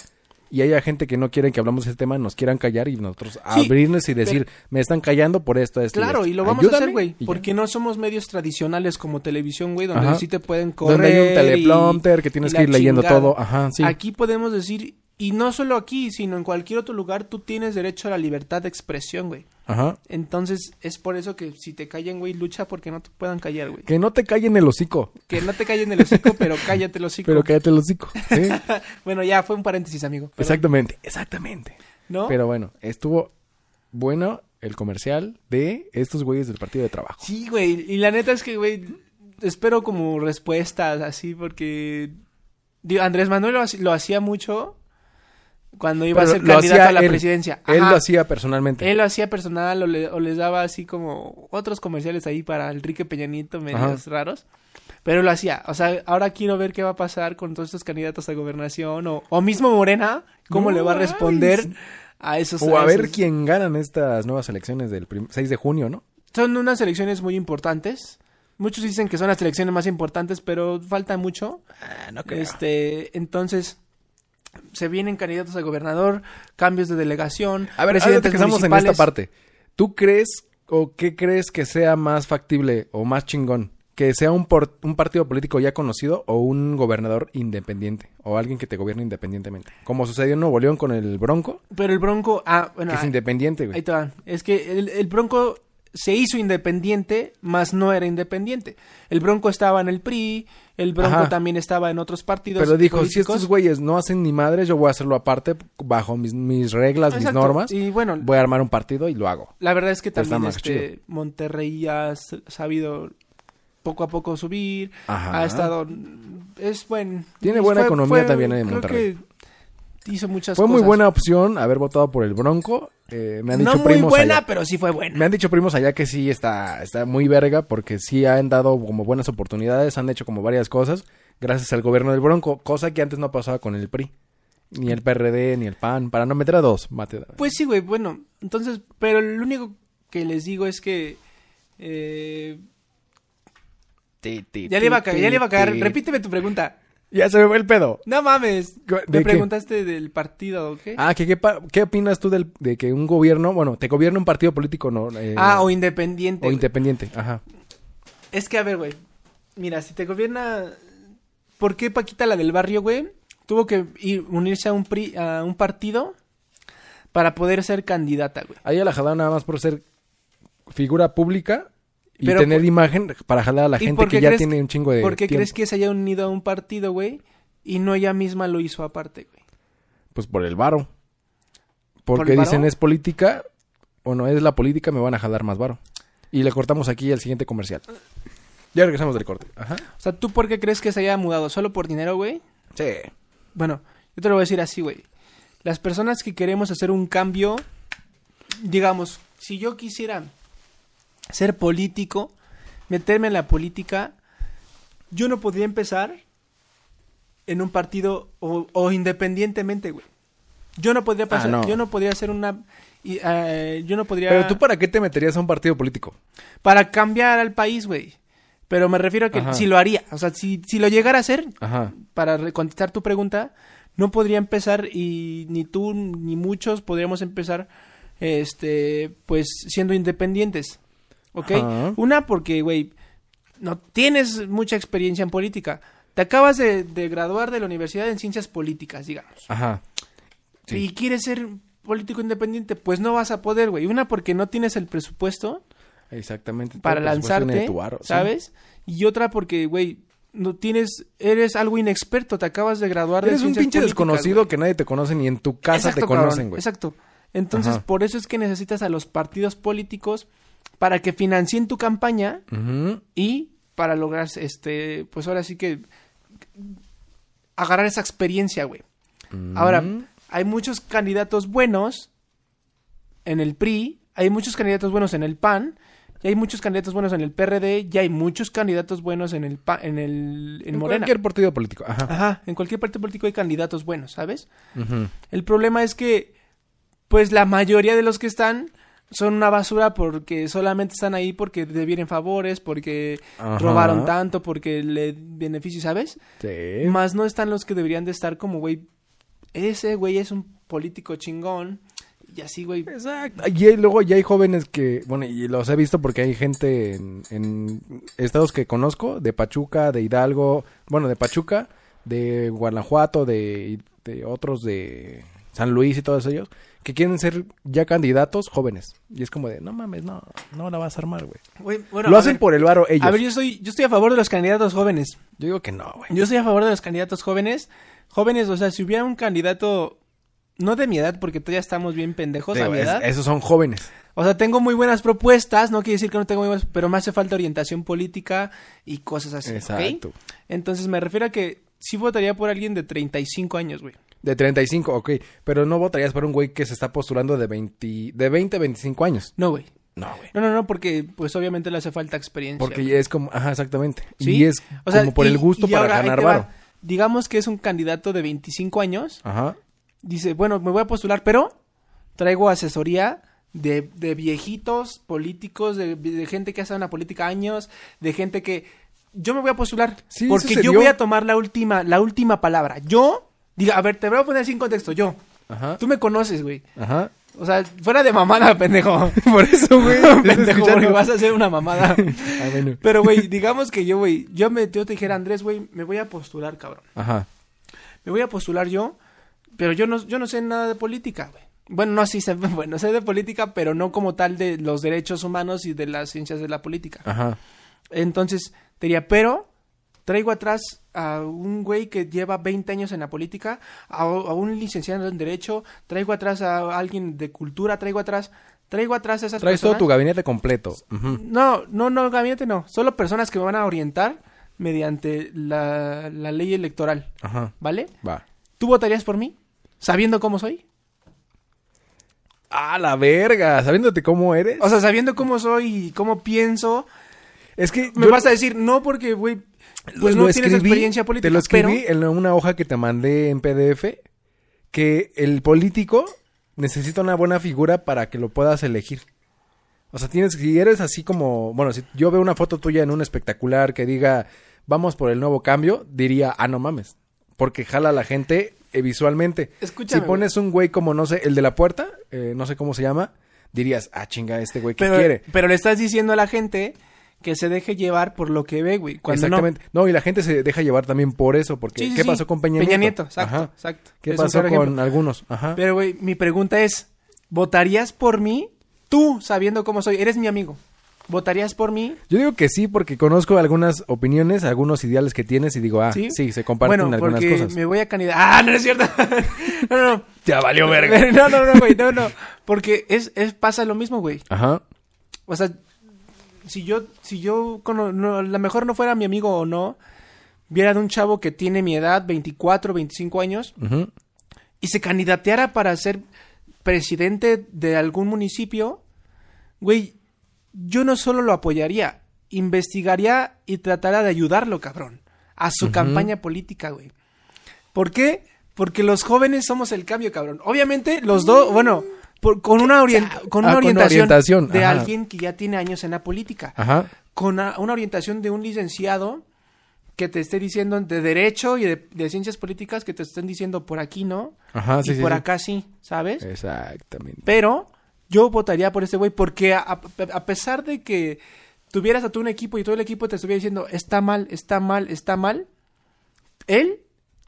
Speaker 1: y haya gente que no quiere que hablamos de ese tema, nos quieran callar y nosotros abrirnos y decir, me están callando por esto, esto.
Speaker 2: Claro,
Speaker 1: esto".
Speaker 2: y lo vamos a
Speaker 1: Ayúdame
Speaker 2: hacer, güey.
Speaker 1: y ya.
Speaker 2: Porque no somos medios tradicionales como televisión, güey, donde
Speaker 1: Ajá.
Speaker 2: sí te pueden correr.
Speaker 1: Donde hay un teleprompter
Speaker 2: y-
Speaker 1: que tienes
Speaker 2: y
Speaker 1: que
Speaker 2: la
Speaker 1: ir leyendo
Speaker 2: chingada.
Speaker 1: todo. Ajá, sí.
Speaker 2: Aquí podemos decir, y no solo aquí, sino en cualquier otro lugar, tú tienes derecho a la libertad de expresión, güey.
Speaker 1: Ajá.
Speaker 2: Entonces, es por eso que si te callan, güey, lucha porque no te puedan callar, güey.
Speaker 1: Que no te callen el hocico,
Speaker 2: Que no te callen el hocico, pero cállate el hocico.
Speaker 1: pero cállate el hocico. Sí,
Speaker 2: Bueno, ya fue un paréntesis, amigo. Perdón.
Speaker 1: exactamente, exactamente.
Speaker 2: ¿No?
Speaker 1: Pero bueno, estuvo bueno el comercial de estos güeyes del partido de trabajo.
Speaker 2: Sí, güey. Y la neta es que, güey, espero como respuestas así, porque. digo, Andrés Manuel lo, hac- lo hacía mucho cuando iba
Speaker 1: Pero
Speaker 2: a ser
Speaker 1: lo
Speaker 2: candidato
Speaker 1: hacía
Speaker 2: a la
Speaker 1: él.
Speaker 2: presidencia.
Speaker 1: Él
Speaker 2: Ajá.
Speaker 1: lo hacía personalmente.
Speaker 2: Él lo hacía personal o, le- o les daba así como otros comerciales ahí para Enrique Peñanito, medios raros. Pero lo hacía. O sea, ahora quiero ver qué va a pasar con todos estos candidatos a gobernación o, o mismo Morena, cómo
Speaker 1: No
Speaker 2: le va a
Speaker 1: mames.
Speaker 2: responder a esos.
Speaker 1: o a ver
Speaker 2: esos-
Speaker 1: quién ganan estas nuevas elecciones del prim- 6 de junio, ¿no?
Speaker 2: son unas elecciones muy importantes. Muchos dicen que son las elecciones más importantes, pero falta mucho.
Speaker 1: Eh,
Speaker 2: Este, entonces se vienen candidatos a gobernador, cambios de delegación,
Speaker 1: A ver, ahorita
Speaker 2: presidentes
Speaker 1: que estamos en
Speaker 2: municipales.
Speaker 1: esta parte, ¿tú crees o qué crees que sea más factible o más chingón? ¿Que sea un, por- un partido político ya conocido o un gobernador independiente? O alguien que te gobierne independientemente. Como sucedió en Nuevo León con el Bronco,
Speaker 2: Pero el Bronco, ah, bueno,
Speaker 1: que es
Speaker 2: ah,
Speaker 1: independiente, güey.
Speaker 2: ahí te va. Es que el, el Bronco se hizo independiente, mas no era independiente. El Bronco estaba en el PRI, el Bronco
Speaker 1: Ajá.
Speaker 2: también estaba en otros partidos.
Speaker 1: Pero dijo, si
Speaker 2: políticos.
Speaker 1: estos güeyes no hacen ni madres, yo voy a hacerlo aparte, bajo mis, mis reglas, mis
Speaker 2: Exacto.
Speaker 1: normas.
Speaker 2: Y bueno,
Speaker 1: Voy a armar un partido y lo hago.
Speaker 2: La verdad es que
Speaker 1: Está
Speaker 2: también
Speaker 1: más
Speaker 2: este, Monterrey ha s- sabido poco a poco subir,
Speaker 1: Ajá.
Speaker 2: ha estado es buen
Speaker 1: Tiene buena economía también en
Speaker 2: creo
Speaker 1: Monterrey.
Speaker 2: que hizo muchas
Speaker 1: Fue
Speaker 2: cosas.
Speaker 1: muy buena opción haber votado por el Bronco. Eh, me han dicho
Speaker 2: no muy
Speaker 1: primos
Speaker 2: buena,
Speaker 1: allá-
Speaker 2: pero sí fue buena.
Speaker 1: Me han dicho primos allá que sí está, está muy verga porque sí han dado como buenas oportunidades, han hecho como varias cosas gracias al gobierno del Bronco, cosa que antes no pasaba con el PRI, ni el PRD, ni el PAN, para no meter a dos, mate.
Speaker 2: Pues sí, güey, bueno, entonces, pero lo único que les digo es que... eh, ya, le iba a cagar, ya le iba a cagar. Repíteme tu pregunta.
Speaker 1: Ya se me fue el pedo.
Speaker 2: No mames.
Speaker 1: ¿De
Speaker 2: Me
Speaker 1: qué?
Speaker 2: preguntaste del partido, ¿o qué? Ah,
Speaker 1: Ah, que qué, pa- qué opinas tú del- de que un gobierno, bueno, te gobierna un partido político no Eh,
Speaker 2: Ah, o independiente.
Speaker 1: o
Speaker 2: güey.
Speaker 1: independiente, ajá.
Speaker 2: Es que, a ver, güey. Mira, si te gobierna. ¿Por qué Paquita, la del barrio, güey? Tuvo que ir, unirse a un, pri- a un partido para poder ser candidata, güey.
Speaker 1: Ahí a la jalada nada más por ser figura pública y
Speaker 2: Pero
Speaker 1: tener
Speaker 2: por-
Speaker 1: imagen para jalar a la
Speaker 2: ¿Y por
Speaker 1: gente
Speaker 2: qué
Speaker 1: que ya
Speaker 2: crees
Speaker 1: tiene un chingo de
Speaker 2: ¿Por qué
Speaker 1: tiempo.
Speaker 2: crees que se haya unido a un partido, güey? Y no ella misma lo hizo aparte, güey.
Speaker 1: Pues por el varo.
Speaker 2: ¿Por
Speaker 1: Porque
Speaker 2: el varo?
Speaker 1: dicen es política o no es la política, me van a jalar más varo. Y le cortamos aquí al siguiente comercial. Ya regresamos del corte. Ajá.
Speaker 2: O sea, ¿tú por qué crees que se haya mudado? ¿Solo por dinero, güey?
Speaker 1: Sí.
Speaker 2: Bueno, yo te lo voy a decir así, güey. Las personas que queremos hacer un cambio, digamos, si yo quisiera ser político, meterme en la política, yo no podría empezar en un partido o, o independientemente, güey. Yo no podría pasar,
Speaker 1: Ah, no.
Speaker 2: yo no podría hacer una y, eh, yo no podría
Speaker 1: Pero tú para qué te meterías a un partido político?
Speaker 2: para cambiar al país, güey. Pero me refiero a que
Speaker 1: Ajá.
Speaker 2: si lo haría, o sea, si, si lo llegara a hacer,
Speaker 1: Ajá.
Speaker 2: para re- contestar tu pregunta, no podría empezar y ni tú ni muchos podríamos empezar este pues siendo independientes. ¿Ok?
Speaker 1: Ajá.
Speaker 2: Una porque, güey, no tienes mucha experiencia en política. Te acabas de, de graduar de la universidad en ciencias políticas, digamos.
Speaker 1: Ajá. Sí.
Speaker 2: Y quieres ser político independiente, pues no vas a poder, güey. Una porque no tienes el presupuesto
Speaker 1: Exactamente.
Speaker 2: para
Speaker 1: Todo, por supuesto, viene de
Speaker 2: lanzarte,
Speaker 1: tu varo, sí.
Speaker 2: ¿sabes? Y otra porque, güey, no tienes, eres algo inexperto, te acabas de graduar
Speaker 1: Eres
Speaker 2: de
Speaker 1: un
Speaker 2: ciencias
Speaker 1: pinche
Speaker 2: políticas,
Speaker 1: desconocido
Speaker 2: güey.
Speaker 1: que nadie te conoce ni en tu casa
Speaker 2: Exacto,
Speaker 1: te
Speaker 2: cabrón,
Speaker 1: conocen, güey.
Speaker 2: Exacto. Entonces,
Speaker 1: Ajá.
Speaker 2: por eso es que necesitas a los partidos políticos para que financien tu campaña
Speaker 1: Ujú.
Speaker 2: y para lograr, este, pues ahora sí que agarrar esa experiencia, güey. Ahora,
Speaker 1: Mm.
Speaker 2: hay muchos candidatos buenos en el PRI, hay muchos candidatos buenos en el PAN, y hay muchos candidatos buenos en el PRD, y hay muchos candidatos buenos en el pa- en el en
Speaker 1: En
Speaker 2: Morena.
Speaker 1: cualquier partido político. Ajá.
Speaker 2: Ajá, en cualquier parte político hay candidatos buenos, ¿sabes?
Speaker 1: Ujú.
Speaker 2: El problema es que pues la mayoría de los que están son una basura porque solamente están ahí porque debieron favores, porque
Speaker 1: Ajá.
Speaker 2: robaron tanto, porque le beneficio, ¿sabes?
Speaker 1: Sí.
Speaker 2: Más no están los que deberían de estar como, güey, ese güey es un político chingón. Y así, güey.
Speaker 1: Exacto. Ah, Y hay- luego ya hay jóvenes que, bueno, y los he visto porque hay gente en, en estados que conozco, de Pachuca, de Hidalgo, bueno, de Pachuca, de Guanajuato, de, de otros de San Luis y todos ellos, que quieren ser ya candidatos jóvenes. Y es como de, no mames, no, no la vas a armar, güey.
Speaker 2: Güey, bueno,
Speaker 1: Lo
Speaker 2: a
Speaker 1: hacen
Speaker 2: ver,
Speaker 1: por el varo ellos.
Speaker 2: A ver, yo estoy, yo estoy a favor de los candidatos jóvenes.
Speaker 1: Yo digo que no, güey.
Speaker 2: Yo estoy a favor de los candidatos jóvenes. Jóvenes, o sea, si hubiera un candidato, no de mi edad, porque todavía estamos bien pendejos a
Speaker 1: Digo,
Speaker 2: mi
Speaker 1: es-
Speaker 2: edad.
Speaker 1: esos son jóvenes.
Speaker 2: O sea, tengo muy buenas propuestas, no quiere decir que no tengo muy buenas, pero me hace falta orientación política y cosas así. ¿ok?
Speaker 1: Exacto.
Speaker 2: Entonces me refiero a que sí votaría por alguien de 35 años, güey.
Speaker 1: De 35, ok. Pero no votarías por un güey que se está postulando de 20, de 20 25 años.
Speaker 2: No, güey.
Speaker 1: No, güey.
Speaker 2: No, no, no, porque pues obviamente le hace falta experiencia.
Speaker 1: Porque
Speaker 2: güey.
Speaker 1: ya es como, ajá, exactamente.
Speaker 2: ¿Sí?
Speaker 1: Y es
Speaker 2: O sea,
Speaker 1: como por
Speaker 2: y-
Speaker 1: el gusto
Speaker 2: y
Speaker 1: para
Speaker 2: ahora, ahí
Speaker 1: ganar
Speaker 2: te va.
Speaker 1: varo.
Speaker 2: Digamos que es un candidato de 25 años.
Speaker 1: Ajá.
Speaker 2: Dice, bueno, me voy a postular, pero traigo asesoría de, de viejitos políticos, de, de gente que ha estado en la política años, de gente que... Yo me voy a postular
Speaker 1: Sí,
Speaker 2: porque
Speaker 1: eso se
Speaker 2: yo
Speaker 1: dio.
Speaker 2: voy a tomar la última, la última palabra. Yo, diga, a ver, te voy a poner así en contexto, yo.
Speaker 1: Ajá.
Speaker 2: Tú me conoces, güey.
Speaker 1: Ajá.
Speaker 2: O sea, fuera de mamada, pendejo.
Speaker 1: Por eso, güey.
Speaker 2: pendejo, porque vas a hacer una mamada.
Speaker 1: Ah, bueno.
Speaker 2: Pero, güey, digamos que yo, güey, yo, me, yo te dijera, Andrés, güey, me voy a postular, cabrón.
Speaker 1: Ajá.
Speaker 2: Me voy a postular yo, pero yo no, yo no sé nada de política, güey. Bueno, no, sí sé, bueno, sé de política, pero no como tal de los derechos humanos y de las ciencias de la política.
Speaker 1: Ajá.
Speaker 2: Entonces, te diría, pero traigo atrás a un güey que lleva 20 años en la política, a, a un licenciado en Derecho, traigo atrás a alguien de cultura, traigo atrás, traigo atrás a esas
Speaker 1: Traes todo
Speaker 2: personas.
Speaker 1: tu gabinete completo. Ujú.
Speaker 2: No, no, no, gabinete no. Solo personas que me van a orientar mediante la, la ley electoral.
Speaker 1: Ajá.
Speaker 2: ¿Vale?
Speaker 1: Va.
Speaker 2: ¿Tú votarías por mí? sabiendo cómo soy.
Speaker 1: Ah, la verga, sabiéndote cómo eres.
Speaker 2: O sea, sabiendo cómo soy y cómo pienso,
Speaker 1: es que
Speaker 2: me
Speaker 1: yo
Speaker 2: vas a decir, no, porque, güey, pues
Speaker 1: lo
Speaker 2: no tienes
Speaker 1: escribí-
Speaker 2: experiencia política.
Speaker 1: Te lo escribí
Speaker 2: pero-
Speaker 1: en una hoja que te mandé en PDF que el político necesita una buena figura para que lo puedas elegir. O sea, tienes si eres así como, bueno, si yo veo una foto tuya en un espectacular que diga vamos por el nuevo cambio, diría, "Ah, no mames", porque jala a la gente eh, visualmente.
Speaker 2: Escúchame,
Speaker 1: si pones un güey como no sé, el de la puerta, eh, no sé cómo se llama, dirías, "Ah, chinga, este güey que
Speaker 2: pero,
Speaker 1: quiere."
Speaker 2: pero le estás diciendo a la gente que se deje llevar por lo que ve, güey. cuando no.
Speaker 1: Exactamente. No. y la gente se deja llevar también por eso, porque
Speaker 2: Sí, sí,
Speaker 1: ¿qué
Speaker 2: sí.
Speaker 1: pasó con Peña Nieto?
Speaker 2: exacto,
Speaker 1: Ajá.
Speaker 2: exacto.
Speaker 1: ¿Qué
Speaker 2: Es un
Speaker 1: pasó
Speaker 2: claro
Speaker 1: con
Speaker 2: ejemplo.
Speaker 1: algunos? Ajá.
Speaker 2: Pero, güey, mi pregunta es, ¿votarías por mí? Tú, sabiendo cómo soy, eres mi amigo. ¿Votarías por mí?
Speaker 1: Yo digo que sí, porque conozco algunas opiniones, algunos ideales que tienes y digo, ah, sí,
Speaker 2: ¿Sí?
Speaker 1: se comparten
Speaker 2: bueno,
Speaker 1: algunas
Speaker 2: porque
Speaker 1: cosas.
Speaker 2: me voy a candidar. ¡Ah, no no es cierto! no, no, no.
Speaker 1: Ya valió
Speaker 2: No, no, no, güey, no, no. Porque es, es, pasa lo mismo, güey.
Speaker 1: Ajá.
Speaker 2: O sea, si yo, si yo, cono- no, a lo mejor no fuera mi amigo o no, viera de un chavo que tiene mi edad, 24, 25 años,
Speaker 1: ujú.
Speaker 2: y se candidateara para ser presidente de algún municipio, güey, yo no solo lo apoyaría, investigaría y tratara de ayudarlo, cabrón, a su campaña política, güey. ¿Por qué? Porque los jóvenes somos el cambio, cabrón. Obviamente, los dos, bueno, por- con una, orien- con
Speaker 1: Ah,
Speaker 2: una
Speaker 1: con
Speaker 2: orientación,
Speaker 1: orientación,
Speaker 2: de
Speaker 1: ajá.
Speaker 2: alguien que ya tiene años en la política
Speaker 1: Ajá.
Speaker 2: con a- una orientación de un licenciado que te esté diciendo de derecho y de, de ciencias políticas que te estén diciendo por aquí no
Speaker 1: Ajá,
Speaker 2: y
Speaker 1: sí, sí,
Speaker 2: por
Speaker 1: sí. Eh.
Speaker 2: acá sí, ¿sabes?
Speaker 1: Exactamente.
Speaker 2: Pero yo votaría por este güey porque a, a- a pesar de que tuvieras a tú un equipo y todo el equipo te estuviera diciendo está mal, está mal, está mal, él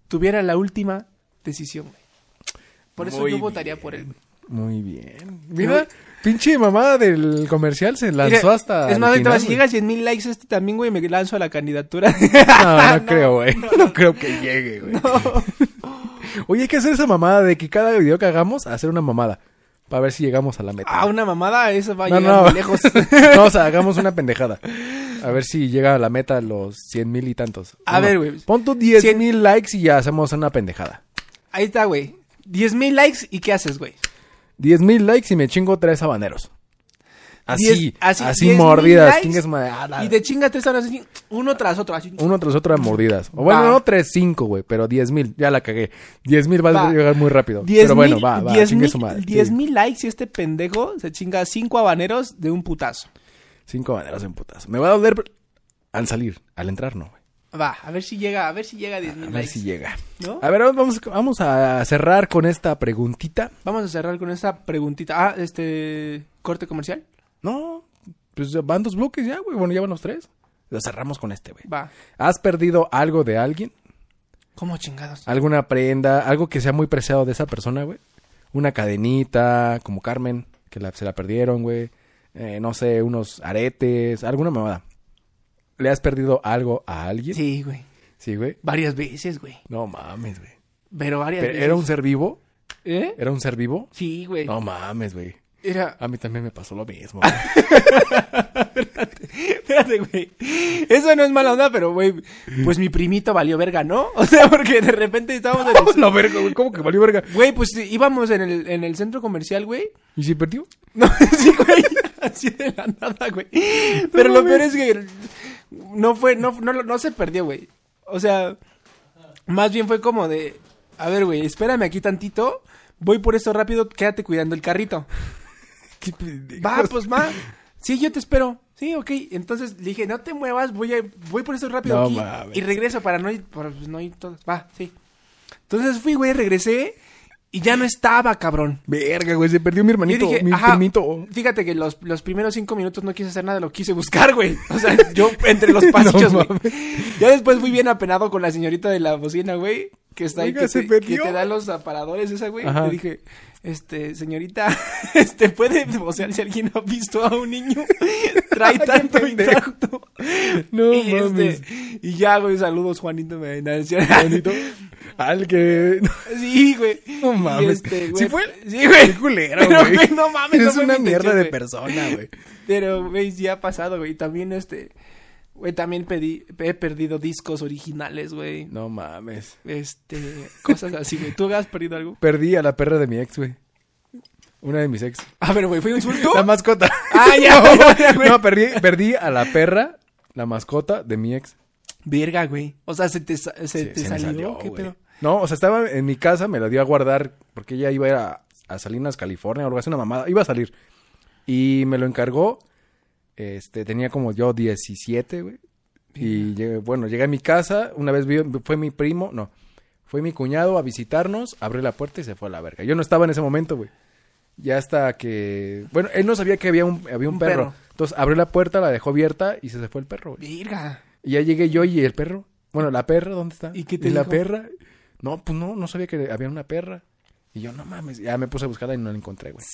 Speaker 2: tuviera la última decisión, güey. Por eso
Speaker 1: Muy
Speaker 2: yo votaría por él.
Speaker 1: Muy bien. Mira, pinche mamada del comercial se lanzó
Speaker 2: Mira,
Speaker 1: hasta.
Speaker 2: Es
Speaker 1: el
Speaker 2: más, ahorita
Speaker 1: final,
Speaker 2: si
Speaker 1: güey.
Speaker 2: llega a 100 mil likes este también, güey, me lanzo a la candidatura.
Speaker 1: No, no creo, güey. No, creo que llegue, güey. Oye, hay que hacer esa mamada de que cada video que hagamos, hacer una mamada. Para ver si llegamos a la meta.
Speaker 2: Ah, una mamada, eso va a
Speaker 1: No,
Speaker 2: llegar
Speaker 1: no.
Speaker 2: muy lejos.
Speaker 1: no, o sea, hagamos una pendejada. A ver si llega a la meta los 100 mil y tantos.
Speaker 2: A
Speaker 1: No,
Speaker 2: ver,
Speaker 1: no.
Speaker 2: güey.
Speaker 1: Pon tus 10
Speaker 2: Cien-
Speaker 1: mil likes y ya hacemos una pendejada.
Speaker 2: Ahí está, güey. 10.000 mil likes y ¿qué haces, güey?
Speaker 1: 10 mil likes y me chingo tres habaneros. Así,
Speaker 2: Diez-
Speaker 1: así,
Speaker 2: 10,000
Speaker 1: mordidas.
Speaker 2: likes
Speaker 1: chingues madre. Ah, la-
Speaker 2: y de chinga tres horas así, uno tras otro, así.
Speaker 1: Uno tras otro a mordidas. O bueno,
Speaker 2: Va.
Speaker 1: no tres, cinco, güey, pero 10 mil. Ya la cagué. 10 mil va, a
Speaker 2: Va.
Speaker 1: llegar muy rápido.
Speaker 2: Diez
Speaker 1: pero bueno,
Speaker 2: mil-
Speaker 1: va, va.
Speaker 2: diez
Speaker 1: chingue
Speaker 2: mil-
Speaker 1: su madre.
Speaker 2: diez
Speaker 1: Sí.
Speaker 2: mil likes y este pendejo se chinga cinco habaneros de un putazo.
Speaker 1: Cinco habaneros en putas. Me va a doler al salir, al entrar, no, güey.
Speaker 2: Va, a ver si llega, a ver si llega a 10
Speaker 1: A
Speaker 2: mil
Speaker 1: ver
Speaker 2: likes.
Speaker 1: si llega.
Speaker 2: ¿No?
Speaker 1: A ver, vamos, vamos a cerrar con esta preguntita.
Speaker 2: Vamos a cerrar con esta preguntita. Ah, este, corte comercial.
Speaker 1: No, pues van dos bloques ya, güey. Bueno, ya van los tres. Lo cerramos con este, güey.
Speaker 2: Va.
Speaker 1: ¿Has perdido algo de alguien?
Speaker 2: ¿Cómo chingados?
Speaker 1: ¿Alguna prenda? ¿Algo que sea muy preciado de esa persona, güey? Una cadenita, como Carmen, que la- se la perdieron, güey. Eh, no sé, unos aretes, alguna mamada. ¿Le has perdido algo a alguien?
Speaker 2: Sí, güey.
Speaker 1: Sí, güey.
Speaker 2: Varias veces, güey.
Speaker 1: No mames, güey.
Speaker 2: Pero varias
Speaker 1: Pero,
Speaker 2: veces.
Speaker 1: ¿Era un ser vivo?
Speaker 2: ¿Eh?
Speaker 1: ¿Era un ser vivo?
Speaker 2: Sí, güey.
Speaker 1: No mames, güey.
Speaker 2: Era,
Speaker 1: A mí también me pasó lo mismo. güey.
Speaker 2: Espérate, güey. Eso no es mala onda, pero, güey, pues mi primito valió verga, ¿no? O sea, porque de repente estábamos en el...
Speaker 1: Oh, La verga, güey. ¿Cómo que valió verga?
Speaker 2: Güey, pues íbamos en el, en el centro comercial, güey.
Speaker 1: ¿Y si perdió?
Speaker 2: No, sí, güey. Así de la nada, güey. Pero lo peor es que no fue, no, no, lo- no se perdió, güey. O sea, más bien fue como de, a ver, güey, espérame aquí tantito. Voy por esto rápido, quédate cuidando el carrito.
Speaker 1: ¿Qué pendejo?
Speaker 2: Va, pues va. Sí, yo te espero. Sí, ok. Entonces le dije, no te muevas, voy a, voy por eso rápido
Speaker 1: No
Speaker 2: aquí
Speaker 1: mames.
Speaker 2: y regreso para no ir, para, pues, no ir todos. Va, sí. Entonces fui, güey, regresé y ya no estaba, cabrón.
Speaker 1: Verga, güey, se perdió mi hermanito,
Speaker 2: yo dije,
Speaker 1: mi
Speaker 2: ajá,
Speaker 1: primito.
Speaker 2: fíjate que los, los primeros cinco minutos no quise hacer nada, lo quise buscar, güey. O sea, yo entre los pasillos,
Speaker 1: No
Speaker 2: güey. ya después fui bien apenado con la señorita de la bocina, güey, que está ahí,
Speaker 1: Oiga,
Speaker 2: que
Speaker 1: se
Speaker 2: te,
Speaker 1: perdió.
Speaker 2: que te da los aparadores esa, güey.
Speaker 1: Ajá.
Speaker 2: Le dije, este, señorita, este, ¿puede vocear si alguien ha visto a un niño? Trae tanto y
Speaker 1: pendejo.
Speaker 2: tanto.
Speaker 1: No
Speaker 2: y, este,
Speaker 1: mames.
Speaker 2: y ya, güey, saludos, Juanito. Me, no, es cierto.
Speaker 1: Hermanito. Al que.
Speaker 2: Sí, güey.
Speaker 1: No
Speaker 2: Y
Speaker 1: mames.
Speaker 2: este,
Speaker 1: ¿Sí
Speaker 2: güey,
Speaker 1: fue?
Speaker 2: Sí, güey.
Speaker 1: Qué culero,
Speaker 2: Pero,
Speaker 1: güey.
Speaker 2: güey, no mames. no
Speaker 1: Eres
Speaker 2: fue
Speaker 1: una
Speaker 2: mi
Speaker 1: mierda
Speaker 2: intención,
Speaker 1: de
Speaker 2: güey.
Speaker 1: persona, güey.
Speaker 2: Pero, güey, sí ha pasado, güey. También, este... Güey, también pedí, he perdido discos originales, güey.
Speaker 1: No mames.
Speaker 2: Este, cosas así, güey. ¿Tú has perdido algo?
Speaker 1: Perdí a la perra de mi ex, güey. Una de mis ex.
Speaker 2: A ver, güey, ¿fue un insulto?
Speaker 1: La mascota.
Speaker 2: Ah, ya,
Speaker 1: no,
Speaker 2: ya, ya, güey.
Speaker 1: no, perdí, perdí a la perra, la mascota de mi ex.
Speaker 2: Verga, güey. O sea, se te, sa- se
Speaker 1: Sí,
Speaker 2: te
Speaker 1: se me
Speaker 2: salió. ¿Qué
Speaker 1: güey.
Speaker 2: pedo?
Speaker 1: No, o sea, estaba en mi casa, me la dio a guardar porque ella iba a ir a, a Salinas, California o algo así, una mamada. Iba a salir. Y me lo encargó. Este, tenía como yo 17, güey. Y llegué- bueno, llegué a mi casa, una vez vi- fue mi primo, no, fue mi cuñado a visitarnos, abrió la puerta y se fue a la verga. Yo no estaba en ese momento, güey. Ya hasta que, bueno, él no sabía que había un, había un,
Speaker 2: Un
Speaker 1: perro.
Speaker 2: perro.
Speaker 1: Entonces abrió la puerta, la dejó abierta y se, se fue el perro, güey.
Speaker 2: Verga.
Speaker 1: Y ya llegué yo y el perro. Bueno, la perra, ¿dónde está?
Speaker 2: ¿Y qué te
Speaker 1: la
Speaker 2: dijo?
Speaker 1: perra? No, pues no, no sabía que había una perra. Y yo, no mames, ya me puse a buscarla y no la encontré, güey.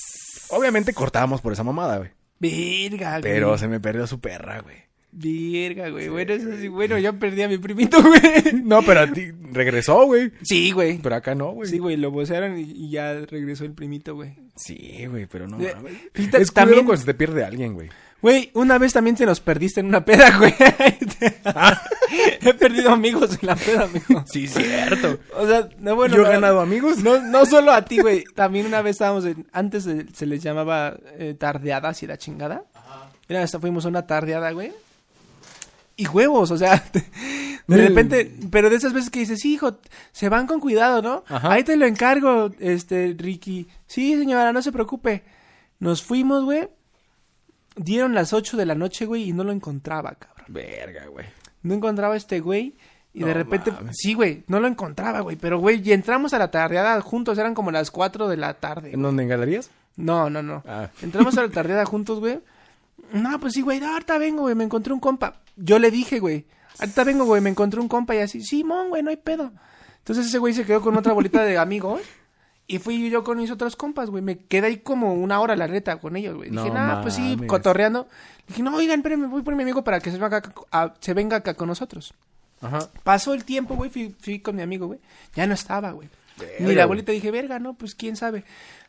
Speaker 1: Obviamente cortábamos por esa mamada, güey.
Speaker 2: Verga, güey.
Speaker 1: Pero se me perdió su perra, güey.
Speaker 2: Verga, güey. Bueno, eso sí, bueno, yo perdí a mi primito, güey.
Speaker 1: No, pero a ti regresó, güey.
Speaker 2: Sí, güey.
Speaker 1: Pero acá no, güey.
Speaker 2: Sí, güey, lo vocearon y, y ya regresó el primito, güey.
Speaker 1: Sí, güey, pero no
Speaker 2: Eh,
Speaker 1: mames.
Speaker 2: fíjate,
Speaker 1: es también
Speaker 2: también-
Speaker 1: cuando se te pierde alguien, güey.
Speaker 2: Güey, una vez también te nos perdiste en una peda, güey. He perdido amigos en la peda, amigo.
Speaker 1: Sí, cierto.
Speaker 2: O sea, no, bueno.
Speaker 1: Yo
Speaker 2: no-
Speaker 1: he ganado amigos.
Speaker 2: No, no solo a ti, güey. También una vez estábamos en... Antes de- se les llamaba eh, tardeadas y la chingada. Era, hasta fuimos a una tardeada, güey. Y huevos, o sea, te- de
Speaker 1: Mm.
Speaker 2: repente... Pero de esas veces que dices, sí, hijo, se van con cuidado, ¿no?
Speaker 1: Ajá.
Speaker 2: Ahí te lo encargo, este, Ricky. Sí, señora, no se preocupe. Nos fuimos, güey. Dieron las 8 de la noche, güey, y no lo encontraba, cabrón.
Speaker 1: Verga, güey.
Speaker 2: No encontraba a este güey. Y de
Speaker 1: No
Speaker 2: repente,
Speaker 1: mames.
Speaker 2: sí, güey, no lo encontraba, güey. Pero, güey, y entramos a la tardeada juntos, eran como las 4 de la tarde.
Speaker 1: ¿En dónde en galerías?
Speaker 2: No, no, no.
Speaker 1: Ah.
Speaker 2: Entramos a la tardeada juntos, güey. No, pues sí, güey, no, ahorita vengo, güey, me encontré un compa. Yo le dije, güey, ahorita vengo, güey, me encontré un compa y así, Simón, güey, no hay pedo. Entonces ese güey se quedó con otra bolita de amigos y fui yo con mis otros compas, güey. Me quedé ahí como una hora, la neta, con ellos, güey.
Speaker 1: No
Speaker 2: dije, nah, pues sí,
Speaker 1: mames.
Speaker 2: cotorreando. Dije, no, oigan, espérenme, voy por mi amigo para que se venga acá, a- se venga acá con nosotros.
Speaker 1: Ajá.
Speaker 2: Pasó el tiempo, güey, fui, fui con mi amigo, güey. Ya no estaba, güey.
Speaker 1: Verga,
Speaker 2: Ni
Speaker 1: güey.
Speaker 2: la bolita dije, verga, no, pues quién sabe.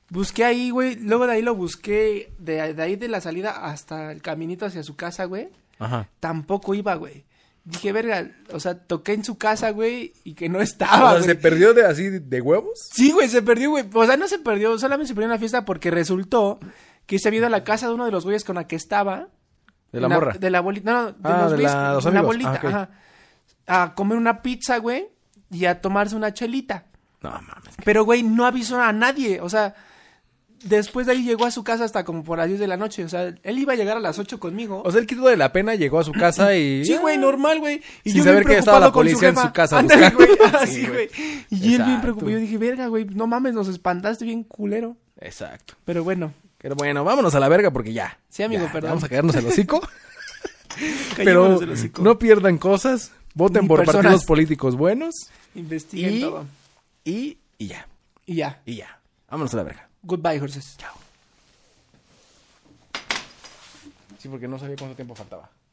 Speaker 2: Busqué ahí, güey. Luego de ahí lo busqué, de, de ahí de la salida hasta el caminito hacia su casa, güey.
Speaker 1: Ajá.
Speaker 2: Tampoco iba, güey. Dije, verga, o sea, toqué en su casa, güey, y que no
Speaker 1: O
Speaker 2: estaba,
Speaker 1: sea, ¿se
Speaker 2: Ah, güey.
Speaker 1: perdió de así de huevos?
Speaker 2: Sí, güey, se perdió, güey. O sea, no se perdió, solamente se perdió en la fiesta porque resultó que se había ido a la casa de uno de los güeyes con la que estaba.
Speaker 1: De la
Speaker 2: Una-
Speaker 1: morra.
Speaker 2: De la bolita. No, no, de
Speaker 1: Ah,
Speaker 2: los
Speaker 1: de
Speaker 2: güeyes.
Speaker 1: la- los
Speaker 2: de la
Speaker 1: amigos.
Speaker 2: bolita,
Speaker 1: Ah, ok.
Speaker 2: ajá. A comer una pizza, güey, y a tomarse una chelita.
Speaker 1: No mames.
Speaker 2: Pero, güey, no avisó a nadie. O sea, después de ahí llegó a su casa hasta como por las 10 de la noche. O sea, él iba a llegar a las 8 conmigo.
Speaker 1: O sea, el quito de la pena llegó a su casa y.
Speaker 2: Sí, güey, normal, güey. Y
Speaker 1: Sin
Speaker 2: yo
Speaker 1: saber
Speaker 2: bien
Speaker 1: que estaba la
Speaker 2: preocupado con
Speaker 1: policía en
Speaker 2: jefa.
Speaker 1: su casa
Speaker 2: Ándale, güey.
Speaker 1: buscando. Sí,
Speaker 2: Así,
Speaker 1: güey.
Speaker 2: güey. Y él bien
Speaker 1: Exacto.
Speaker 2: preocupado. Yo dije, verga, güey, no mames, nos espantaste bien culero.
Speaker 1: Exacto.
Speaker 2: Pero bueno,
Speaker 1: Pero bueno, vámonos a la verga porque ya.
Speaker 2: Sí, amigo,
Speaker 1: Ya,
Speaker 2: perdón.
Speaker 1: Vamos a quedarnos el hocico. pero
Speaker 2: cayémonos del hocico.
Speaker 1: no pierdan cosas. Voten
Speaker 2: Ni
Speaker 1: por
Speaker 2: personas.
Speaker 1: partidos políticos buenos.
Speaker 2: investiguen
Speaker 1: Y-
Speaker 2: todo.
Speaker 1: Y, y ya.
Speaker 2: Y ya.
Speaker 1: Y ya. Vámonos a la verga.
Speaker 2: Goodbye, horses. Chao.
Speaker 1: Sí, porque no sabía cuánto tiempo faltaba.